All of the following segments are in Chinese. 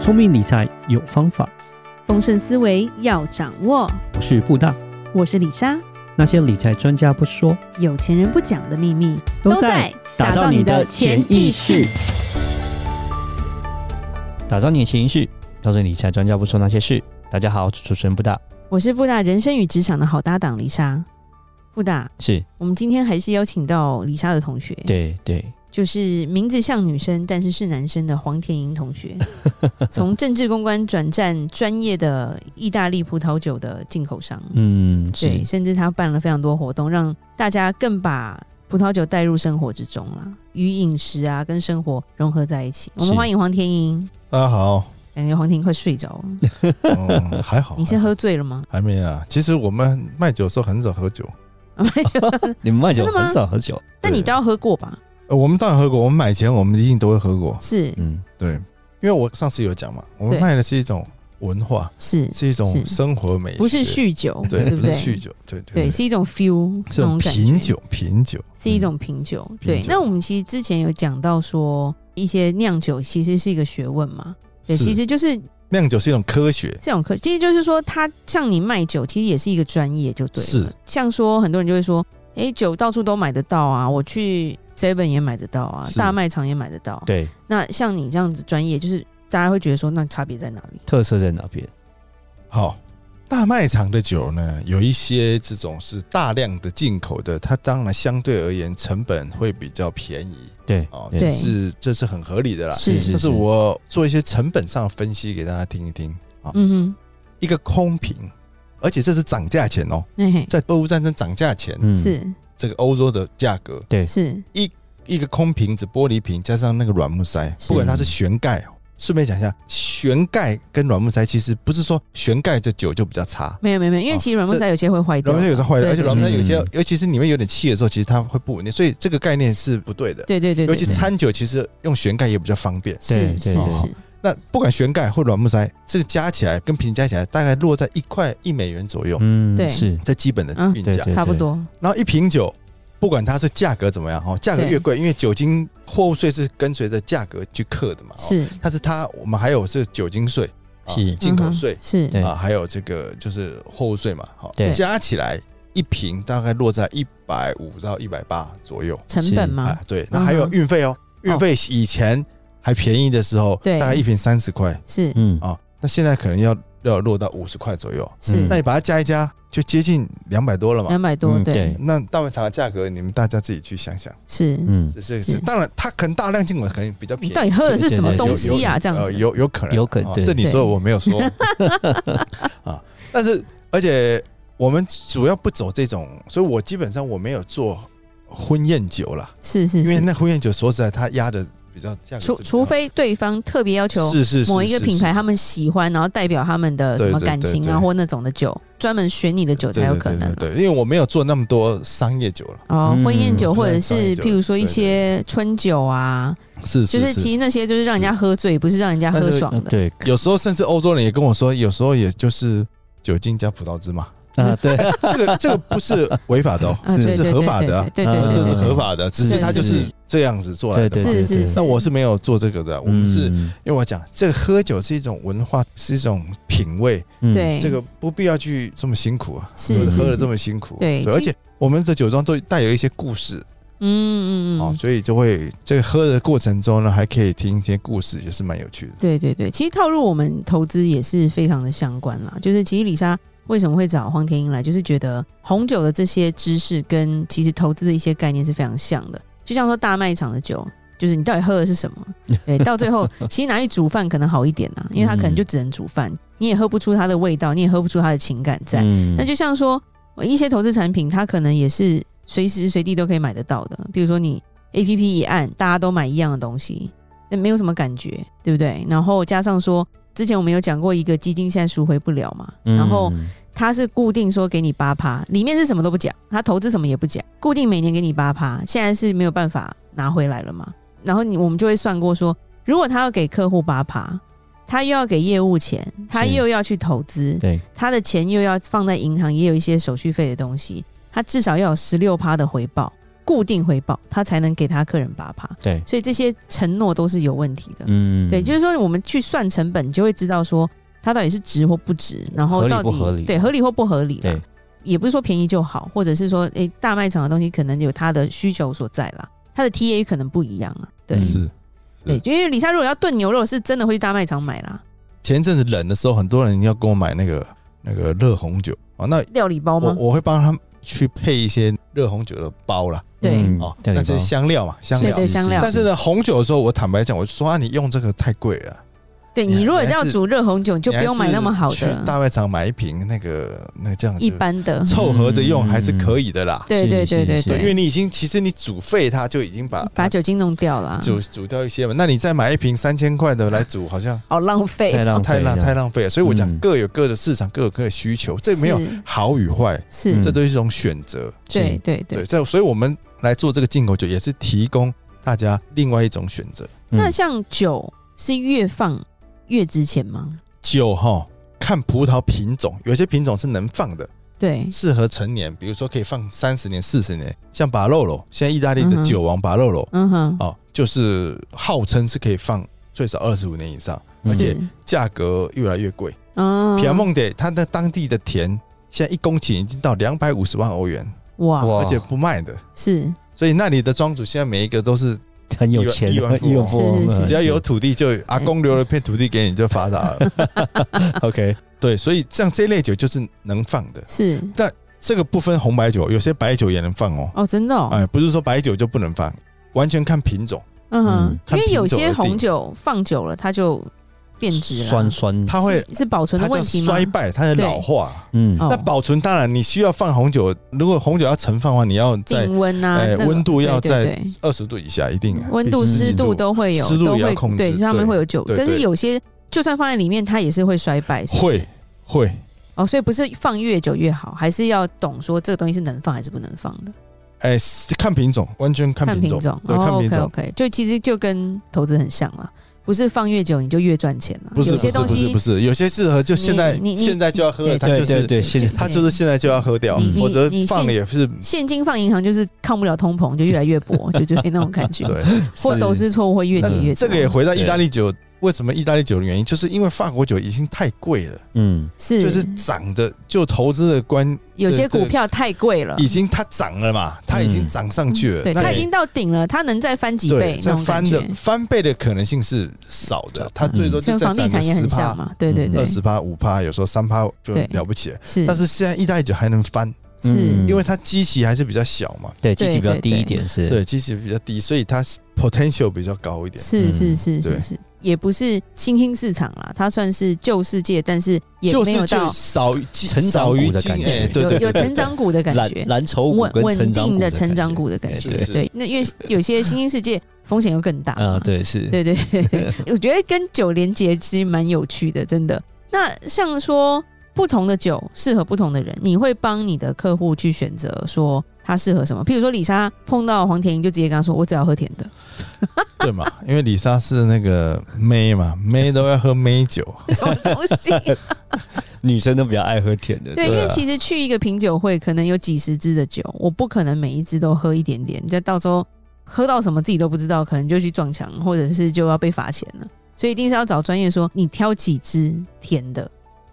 聪明理财有方法，丰盛思维要掌握。我是布大。我是李莎，那些理财专家不说，有钱人不讲的秘密打造你的潜意识。，打造你的潜意识，告诉你理财专家不说那些事。大家好，我是主持人布大。我是布大人生与职场的好搭档李莎。布大，是我们今天还是邀请到李莎的同学，对对，就是名字像女生但是是男生的黄天莹 同学，从政治公关转战专业的意大利葡萄酒的进口商。嗯，是对，甚至他办了非常多活动，让大家更把葡萄酒带入生活之中啦，与饮食啊跟生活融合在一起。我是们欢迎黄天英，大家 好，感觉黄天英快睡着哦了，嗯，还好，你是喝醉了吗？还没啊？其实我们卖酒的时候很少喝酒，你们卖酒真的吗很少喝酒，那你对都要喝过吧？呃，我们当然喝过，我们买前我们一定都会喝过，是嗯，对，因为我上次有讲嘛，我们对卖的是一种文化，是，是一种是生活美学，不是酗酒，对，对不不是对？酗酒，对对对，是一种 feel 这那种种感觉品，酒，品酒是一种品酒。对品，酒那我们其实之前有讲到说，一些酿酒其实是一个学问嘛。对，是其实就是酿酒是一种科学，这种课，其实就是说，他像你卖酒，其实也是一个专业，就对了。是，像说很多人就会说，哎、酒到处都买得到啊，我去 Seven 也买得到啊，是大卖场也买得到。啊对，那像你这样子专业，就是大家会觉得说，那差别在哪里？特色在哪边？好。大卖场的酒呢，有一些这种是大量的进口的，它当然相对而言成本会比较便宜对哦，对这是这是很合理的啦。是是但是我做一些成本上的分析给大家听一听啊。嗯一个空瓶，而且这是涨价前哦，嗯哼，嘿嘿，在俄乌战争涨价前，嗯，是这个欧洲的价格，对，是，一个空瓶子、玻璃瓶加上那个软木塞，是不管它是悬盖哦。顺便讲一下，悬盖跟软木塞其实不是说悬盖这酒就比较差，没有没有没有，因为哦其实软木塞有些会坏掉啊软木塞有时候坏的，对而且软木塞有些嗯，尤其是里面有点气的时候，其实它会不稳定，所以这个概念是不对的。对对对尤对，其对餐酒，其实用悬盖也比较方便。对是对是对是，那不管悬盖或软木塞，这个加起来跟平加起来大概落在一块一美元左右，嗯，对是，这基本的嗯运对价。对差不多，然后一瓶酒，不管它是价格怎么样哦，价格对越贵，因为酒精货物税是跟随着价格去克的嘛。哦，是但是它我们还有是酒精税、啊是进嗯口哼税是，对啊，还有这个就是货物税嘛。好、对加起来一瓶大概落在一百五到一百八左右成本嘛啊，。对，那还有嗯哼运费哦，运费以前还便宜的时候，对大概一瓶三十块是嗯，啊，那现在可能要要落到五十块左右。是嗯那你把它加一加，就接近两百多了嘛。两百多，嗯对，那大卖场的价格，你们大家自己去想想。是。嗯，是是是是，当然它可能大量进口，可能比较你便宜。到底喝的是什么对对对东西啊？有这样呃子，有有可能，有可能啊对这你对说我没有 说啊。但是而且我们主要不走这种，所以我基本上我没有做婚宴酒啦，是是因为是，那婚宴酒说实在，它压的比较价格是除比较除非对方特别要求是是是某一个是品牌是他们喜欢，然后代表他们的什么对对感情啊，对对或那种的酒，专门选你的酒才有可能啊。对对对对，因为我没有做那么多商业酒了，哦，嗯婚宴酒对或者商业是酒譬如说一对对些春酒啊，是就是其实那些就是让人家喝醉，不是让人家喝但是爽的。对有时候甚至欧洲人也跟我说，有时候也就是酒精加葡萄 汁嘛，啊，对，这个这个不是违法的哦，啊，是对是对合对法的啊对对啊对这是对对，合法的，只是他就是这样子做对来的对嘛。对是对是是，那我是没有做这个的，我们是因嗯为我讲这个喝酒是一种文化，是一种品味，嗯对这个不必要去这么辛苦啊，是喝得是喝是的这么辛苦。啊对而其实且我们的酒庄都带有一些故事嗯嗯哦嗯，，所以就会这个喝的过程中呢，还可以听一些故事，也是蛮有趣的。对对对，其实套入我们投资也是非常的相关啦。就是其实李莎为什么会找黄天英来，就是觉得红酒的这些知识跟其实投资的一些概念是非常像的。就像说大卖场的酒，就是你到底喝的是什么？对，到最后其实拿去煮饭可能好一点啊，因为它可能就只能煮饭，你也喝不出它的味道，你也喝不出它的情感在。嗯那就像说一些投资产品，它可能也是随时随地都可以买得到的。比如说你 A P P 一按，大家都买一样的东西，那没有什么感觉，对不对？然后加上说，之前我们有讲过一个基金现在赎回不了嘛，然后嗯它是固定说给你八趴，里面是什么都不讲，它投资什么也不讲，固定每年给你八趴，现在是没有办法拿回来了嘛。然后你我们就会算过说，如果他要给客户八趴，他又要给业务钱，他是又要去投资，对，他的钱又要放在银行，也有一些手续费的东西，他至少要有十六趴的回报。固定回报，他才能给他客人八趴。对，所以这些承诺都是有问题的。嗯，对，就是说我们去算成本，你就会知道说它到底是值或不值，然后合理到不底合理对合理或不合理啦对。也不是说便宜就好，或者是说，诶，大卖场的东西可能有它的需求所在啦，它的 TA 可能不一样啊。对，嗯是对，就因为李莎如果要炖牛肉，是真的会去大卖场买啦，前一阵子冷的时候，很多人要跟我买那个那个热红酒啊，那料理包我吗？我会帮他们去配一些热红酒的包啦。对，嗯哦，料理那是包香料嘛，香料对。对香料但是，呢，红酒的时候，我坦白讲，我就说啊，你用这个太贵了，对你你如果还是要煮热红酒，你就不用买那么好你还是去的，大卖场买一瓶那个那个这样子，一般的。凑合着嗯用还是可以的啦。对对对是对是对，因对，为你已经其实你煮沸它就已经把把酒精弄掉了，煮煮掉一些嘛，那你再买一瓶三千块的来煮，好像好浪费太哦，浪太浪太浪，浪费了。所以我讲嗯各有各的市场，各有各的需求，这没有是好与坏，是嗯这都是一种选择。对对对对，。这所以我们来做这个进口酒，也是提供大家另外一种选择。嗯那像酒是越放越值钱吗？酒哈，看葡萄品种，有些品种是能放的，对，适合成年，比如说可以放三十年、四十年，像巴洛罗，现在意大利的嗯哼酒王巴洛罗嗯哼，哦，就是号称是可以放最少二十五年以上，而且是，价格越来越贵。嗯皮亚蒙德它的当地的田，现在一公顷已经到两百五十万欧元，哇，哇而且不卖的。是所以那里的庄主现在每一个都是，很有钱，亿万亿万富翁是嗯是是，只要有土地就阿公留了片土地给你就发达了。 OK，对，所以像这类酒就是能放的，是，这个不分红白酒，有些白酒也能放哦。哦，真的哦，哎，不是说白酒就不能放，完全看品种，嗯嗯哼，因看为有品种而些定红酒放久了它就变质了，酸酸，它会是是保存它的叫问题吗衰？败，它的老化。嗯哦那保存当然你需要放红酒，如果红酒要盛放的话，你要在定温啊，哎那个温度要对在对对二十度以下，一定温度、必须湿40度都会有，湿度都也要会控制对，上面对会有酒，对但是对有些就算放在里面，它也是会衰败，是不是会会。哦，所以不是放越久越好，还是要懂说这个东西是能放还是不能放的。哎，看品种，完全看看品品种，种，哦对，看品 o 种， k OK，就其实就跟投资很像啦，不是放越久你就越赚钱了。不是有不些是东不是西不是，有些适合就现在你你你现在就要喝对了，它就对对是对，现在它就是现在就要喝掉你，你否则你放了现也是现金放银行就是抗不了通膨，就越来越薄，就就那种感觉。 对。或投资错误会越那跌越多。这个也回到意大利酒，为什么意大利酒的原因，就是因为法国酒已经太贵了。嗯，是就是涨的，就投资的观有些这个股票太贵了，已经它涨了嘛，它已经涨上去了，嗯对，嗯那它你已经到顶了，它能再翻几对倍那这种感翻觉的。翻倍的可能性是少少的，它最多就跟再房地涨产个也十很像趴、嘛，对对嗯对二，十趴、五趴，有时候三趴就对嗯了不起了。是但是现在意大利酒还能翻，嗯是因为它基期还是比较小嘛，对，基对期比较对低对一点是，对，基期比较低，所以它 potential 比较高一点。嗯是是是对是是，也不是新兴市场啦，它算是旧世界，但是也就没有是到就少于基成长少于股的基感觉哎对有对有对对成长股的感蓝觉，蓝筹股稳跟稳成长定股的成长感觉股的感觉对对。对对，那因为有些新兴世界风险又更大啊，嘛，对是，对对对， 我觉得跟酒连接其实蛮有趣的，真的。那像说不同的酒适合不同的人，你会帮你的客户去选择说他适合什么？譬如说李莎碰到黄甜莹，就直接跟他说：“我只要喝甜的。对嘛，因为李莎是那个妹嘛，妹都要喝妹酒，”什么东西？女生都比较爱喝甜的，对，因对啊为其实去一个品酒会，可能有几十支的酒，我不可能每一支都喝一点点，再到时候喝到什么自己都不知道，可能就去撞墙，或者是就要被罚钱了。所以一定是要找专业说，你挑几支甜的，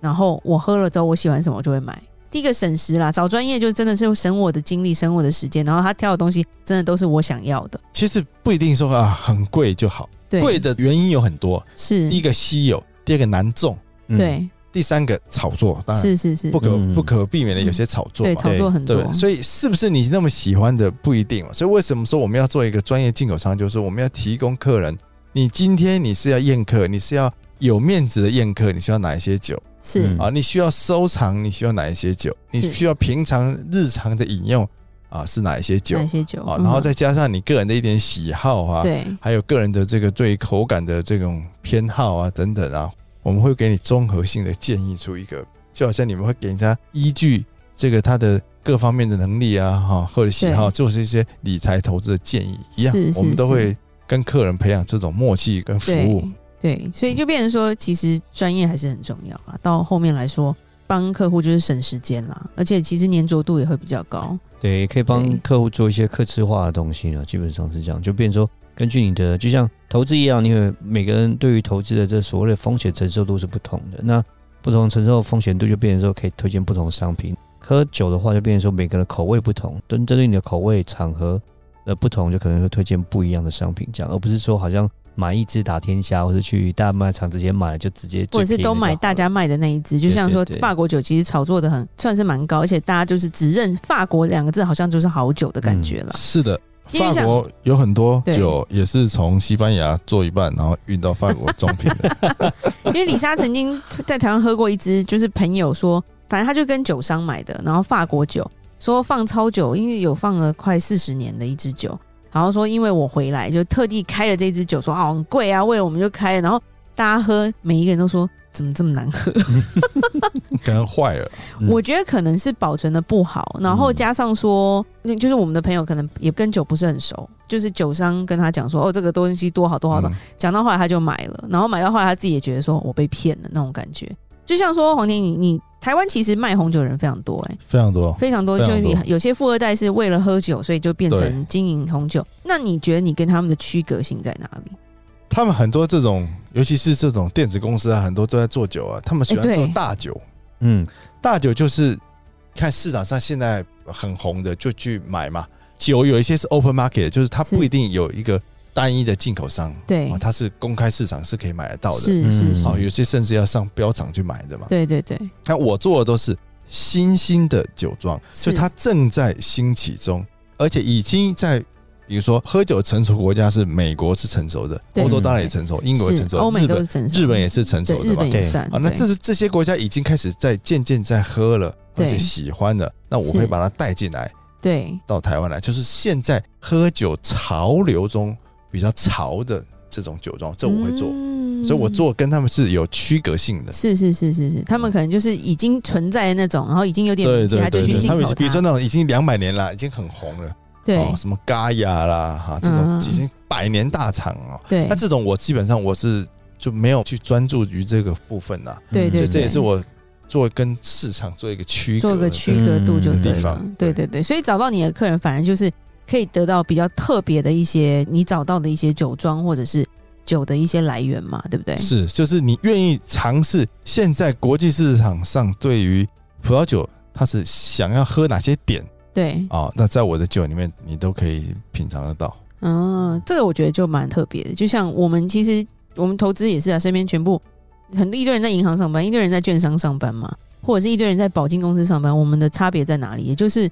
然后我喝了之后我喜欢什么我就会买。第一个省时啦，找专业就真的是省我的精力，省我的时间，然后他挑的东西真的都是我想要的。其实不一定说啊很贵就好，对，嗯贵的原因有很多，是第一，个稀有，第二个难种，嗯，对，第三个炒作，当然是是是不，可嗯不可避免的有些炒作对，嘛，炒作很对多不，对？所以是不是你那么喜欢的不一定嘛？所以为什么说我们要做一个专业进口商，就是我们要提供客人，你今天你是要宴客，你是要有面子的宴客，你需要哪一些酒是、嗯啊？你需要收藏，你需要哪一些酒？你是需要平常日常的饮用啊是哪一些酒哪些酒啊？然后嗯再加上你个人的一点喜好啊，对还有个人的这个对口感的这种偏好啊等等啊，我们会给你综合性的建议出一个，就好像你们会给人家依据这个他的各方面的能力啊哈或者喜好，做出一些理财投资的建议一样是，是我们都会跟客人培养这种默契跟服务。对对，所以就变成说，其实专业还是很重要啊。到后面来说，帮客户就是省时间啦，而且其实粘着度也会比较高。对，也可以帮对客户做一些客制化的东西了，基本上是这样，就变成说，根据你的，就像投资一样，因为每个人对于投资的这所谓的风险承受度是不同的，那不同承受风险度就变成说可以推荐不同商品。喝酒的话，就变成说每个人的口味不同，针针对你的口味场合的不同，就可能会推荐不一样的商品，这样，而不是说好像买一支打天下，或者去大卖场直接买了就直接最或者是便宜的都就买好大了家卖的那一支，就像说对对对法国酒，其实炒作的很算是蛮高，而且大家就是只认法国两个字，好像就是好酒的感觉了。是的，因为法像国有很多对酒也是从西班牙做一半，然后运到法国装瓶 的。因为李莎曾经在台湾喝过一支，就是朋友说，反正他就跟酒商买的，然后法国酒，说放超久，因为有放了快四十年的一支酒，然后说因为我回来就特地开了这支酒，说啊很贵啊，为了我们就开了，然后大家喝，每一个人都说怎么这么难喝，可能坏了，嗯 我觉得可能是保存的不好，然后加上说，那就是我们的朋友可能也跟酒不是很熟，就是酒商跟他讲说，哦，这个东西多好多好的，嗯讲到后来他就买了，然后买到后来他自己也觉得说我被骗了那种感觉，就像说黄婷，你你台湾其实卖红酒的人非常多、哎，非常多。非常多，非就常是多有些富二代是为了喝酒，所以就变对成经营红酒。那你觉得你跟他们的区隔性在哪里？他们很多这种，尤其是这种电子公司啊，很多都在做酒啊，他们喜哎欢对做大酒。嗯大酒就是看市场上现在很红的就去买嘛。酒有一些是 open market，就是它是不一定有一个单一的进口商，对哦，它是公开市场是可以买得到的。是是嗯是哦，，有些甚至要上标厂去买的嘛。对对对，那我做的都是新兴的酒庄，是就它正在兴起中，而且已经在。比如说，喝酒成熟国家是美国是成熟的，对欧洲当然也成熟，英国也是成熟，欧美日都是本成熟，日本也是成对熟的日嘛本。也对算啊，那对这是这些国家已经开始在渐渐在喝了，而对且喜欢了，那我是会把它带进来对到台湾来，就是现在喝酒潮流中比较潮的这种酒庄，这我会做，嗯所以我做跟他们是有区隔性的。是是是是是，他们可能就是已经存在的那种，然后已经有点名对气，对他就对去对，进他口们是它。比如说那种已经两百年了，已经很红了，对、哦，什么嘎雅啦，哈、这种嗯已经百年大厂哦，对那这种我基本上我是就没有去专注于这个部分啦，对嗯对，所以这也对是我做跟市场做一个区隔，做个区隔度就对嗯地了方。对对对对，所以找到你的客人，反而就是可以得到比较特别的一些你找到的一些酒庄或者是酒的一些来源嘛，对不对？是，就是你愿意尝试现在国际市场上对于葡萄酒，它是想要喝哪些点对，啊、那在我的酒里面，你都可以品尝得到。嗯，这个我觉得就蛮特别的。就像我们其实我们投资也是啊，身边全部很多一堆人在银行上班，一堆人在券商上班嘛，或者是一堆人在保金公司上班。我们的差别在哪里？也就是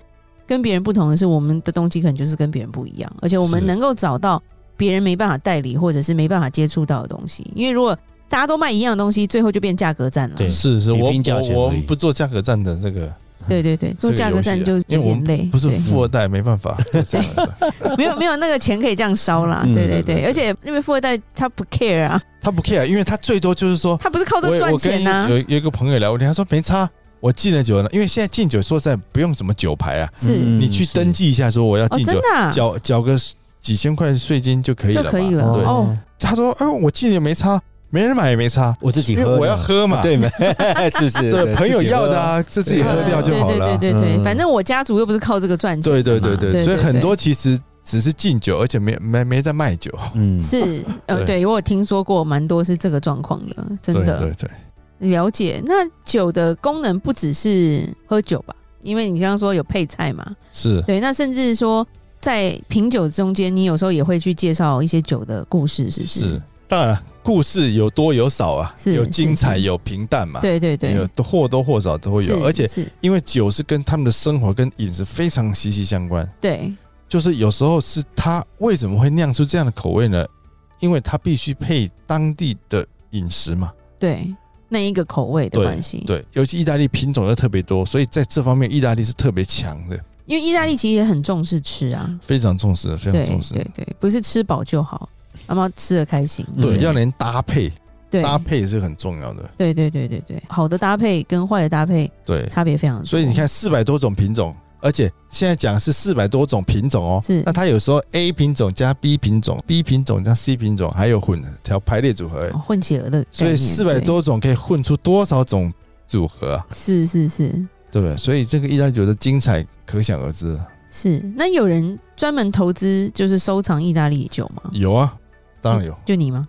跟别人不同的是，我们的东西可能就是跟别人不一样，而且我们是能够找到别人没办法代理或者是没办法接触到的东西。因为如果大家都卖一样的东西，最后就变价格战了。对是是，比我拼价钱我我而已们不做价格战的这个，对对对，做这个价格游戏战啊就是因为有我们点累，不是对富二代没办法做价格战，没有没有那个钱可以这样烧啦。嗯对对对对对，对而且因为富二代他不 care 啊，他不 care，因为他最多就是说，他不是靠这我个也赚我跟钱啊呐、有有一个朋友聊天，他说没差，我进了酒了，因为现在进酒说实在不用什么酒牌啊，是、嗯你去是登记一下说我要哦，嗯进真酒，的、啊、缴缴个几千块税金就可以就了嘛，可以了对。哦，他说：“哎、我进也没差，没人买也没差，我自己因为喝的，我要喝嘛。对没？ 是不是？对，朋友要的啊，啊，自自己喝掉就好了啊。对对对对对，嗯反正我家族又不是靠这个赚钱的对嘛。对对对，对，所以很多其实只是敬酒，而且没没没在卖酒。嗯对是呃，对对我有听说过蛮多是这个状况的，真对的对了解。那酒的功能不只是喝酒吧，因为你刚刚说有配菜嘛，是对，那甚至说。在品酒中间，你有时候也会去介绍一些酒的故事，是不是？是，嗯当然故事有多有少啊，是有精彩是是有平淡嘛，对对对，有或多或少都会有，是而且是因为酒是跟他们的生活跟饮食非常息息相关。对就是有时候是他为什么会酿出这样的口味呢？因为他必须配当地的饮食嘛。”对那一个口味的对关系，对，尤其意大利品种又特别多，所以在这方面意大利是特别强的，因为意大利其实也很重视吃啊，非常重视，非常对重视。对对，不是吃饱就好，那么吃的开心。嗯对，要连搭配，对搭配是很重要的。对对对对对，好的搭配跟坏的搭配对，差别非常多。所以你看，四百多种品种，而且现在讲是四百多种品种哦。是那它有时候 A 品种加 B 品种，B 品种加 C 品种，还有混调排列组合哦、，混血儿的概念，所以四百对多种可以混出多少种组合啊，是是是对不对？所以这个一加酒的精彩可想而知。啊是。那有人专门投资就是收藏意大利酒吗？有哦啊，当 然有。就你吗？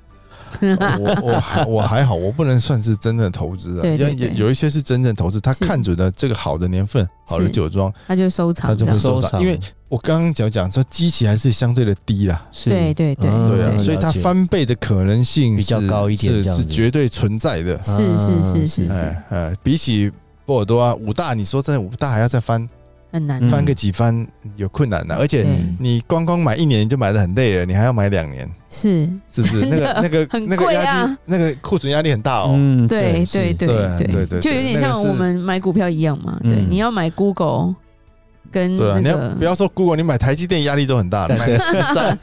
我我还我还好，我不能算是真正投资啊，对因对为有对有一些是真正投资，他是看准了这个好的年份、好的是酒庄， 他就收他藏就这会样。收收藏。藏因为我刚刚讲讲说，基期还是相对的低啦，是对对对嗯对啊，了解所以它翻倍的可能性比较是高一点是这样是子绝对存在的。是是是是啊是，哎哎，比起波尔多啊、武大，你说真的，武大还要再翻很难嗯翻个几番有困难啊的，而且对你光光买一年就买的很累了，你还要买两年，是，是不是？ 真那的个那个很那个贵压力啊，那个库存压力很大哦。嗯对对是对对对对就有点那个像是我们买股票一样嘛。对，嗯你要买 Google 跟对那啊，你要不个 要说 Google，你买台积电压力都很大，对买个 实战，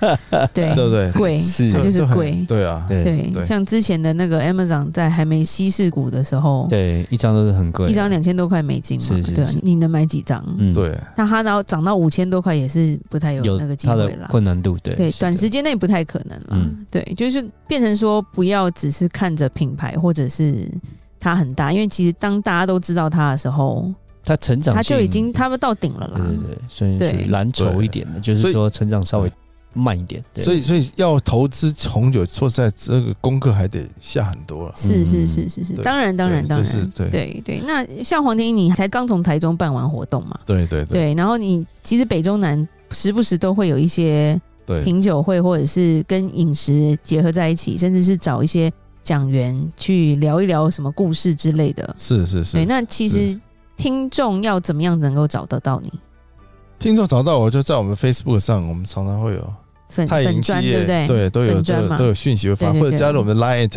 对对不对？贵，是它就是都很贵。对啊，对对对，像之前的那个 Amazon 在还没稀释股的时候，对，一张都是很贵，一张两千多块美金嘛是，是对啊是，你能买几张？嗯，对那它到涨到五千多块也是不太有有那个机它会的啦。困难度，对对，是短的时间内不太可能了。嗯对，就是变成说，不要只是看着品牌或者是它很大，因为其实当大家都知道它的时候，它成长它就性已经它们到顶了啦。对对对，所以对属于蓝筹一点的，就是说成长稍微慢一点，对所以所以要投资红酒，说实在，这个功课还得下很多了。是是嗯是是是，对当然当然对当这是然，对对对。那像黄天一，你才刚从台中办完活动嘛？对对对对，然后你其实北中南时不时都会有一些对品酒会，或者是跟饮食结合在一起，甚至是找一些讲员去聊一聊什么故事之类的。是是对，是。那其实听众要怎么样能够找得到你？听众找到我就在我们 Facebook 上，我们常常会有粉太粉银企砖对业不对？对都有粉都砖有嘛都有讯息会发，对对或者对加入我们的 Line，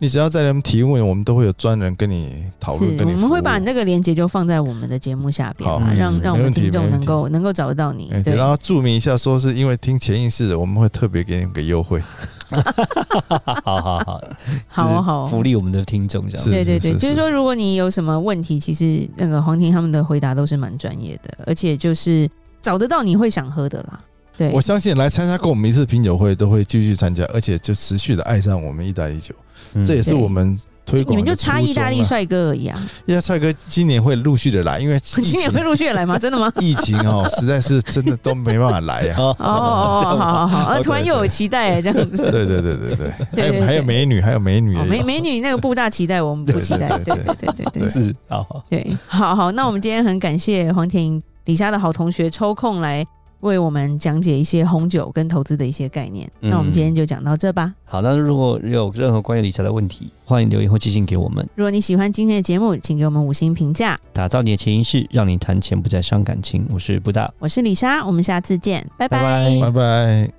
你只要在那边提问，我们都会有专人跟你讨论，是，跟我你们会把服务那个链接就放在我们的节目下边好嘛，让嗯让我们没问题听众没问能题够能够找得到你哎。对，然后注明一下，说是因为听潜意识的，我们会特别给你们个优惠。 好好好， 就好哦是好哦，福利我们的听众这样子，是对对对，是就是说，如果你有什么问题，其实那个黄婷他们的回答都是蛮专业的，而且就是找得到你会想喝的啦。对，我相信来参加过我们一次品酒会，都会继续参加，而且就持续的爱上我们意大利酒，嗯这也是对我们推你广的初衷啊。们就差意大利帅哥而已啊！意大利帅哥今年会陆续的来，因为疫 今年会情陆续来吗？真的吗？疫情哦，实在是真的都没办法来啊呀、哦哦 哦，好好好，啊， OK，突然又有期待哎，这样子。对对对对对，还对对有还有美女，还有美女哦的，美美女那个布大期待，我们不期待。对对对对对对对对是好好，对，好好，那我们今天很感谢黄天颖、李莎的好同学抽空来为我们讲解一些红酒跟投资的一些概念。嗯那我们今天就讲到这吧。好，那如果有任何关于理财的问题，欢迎留言或寄信给我们。如果你喜欢今天的节目，请给我们五星评价。打造你的潜意识，让你谈钱不再伤感情。我是布大，我是李莎，我们下次见，拜拜拜拜拜。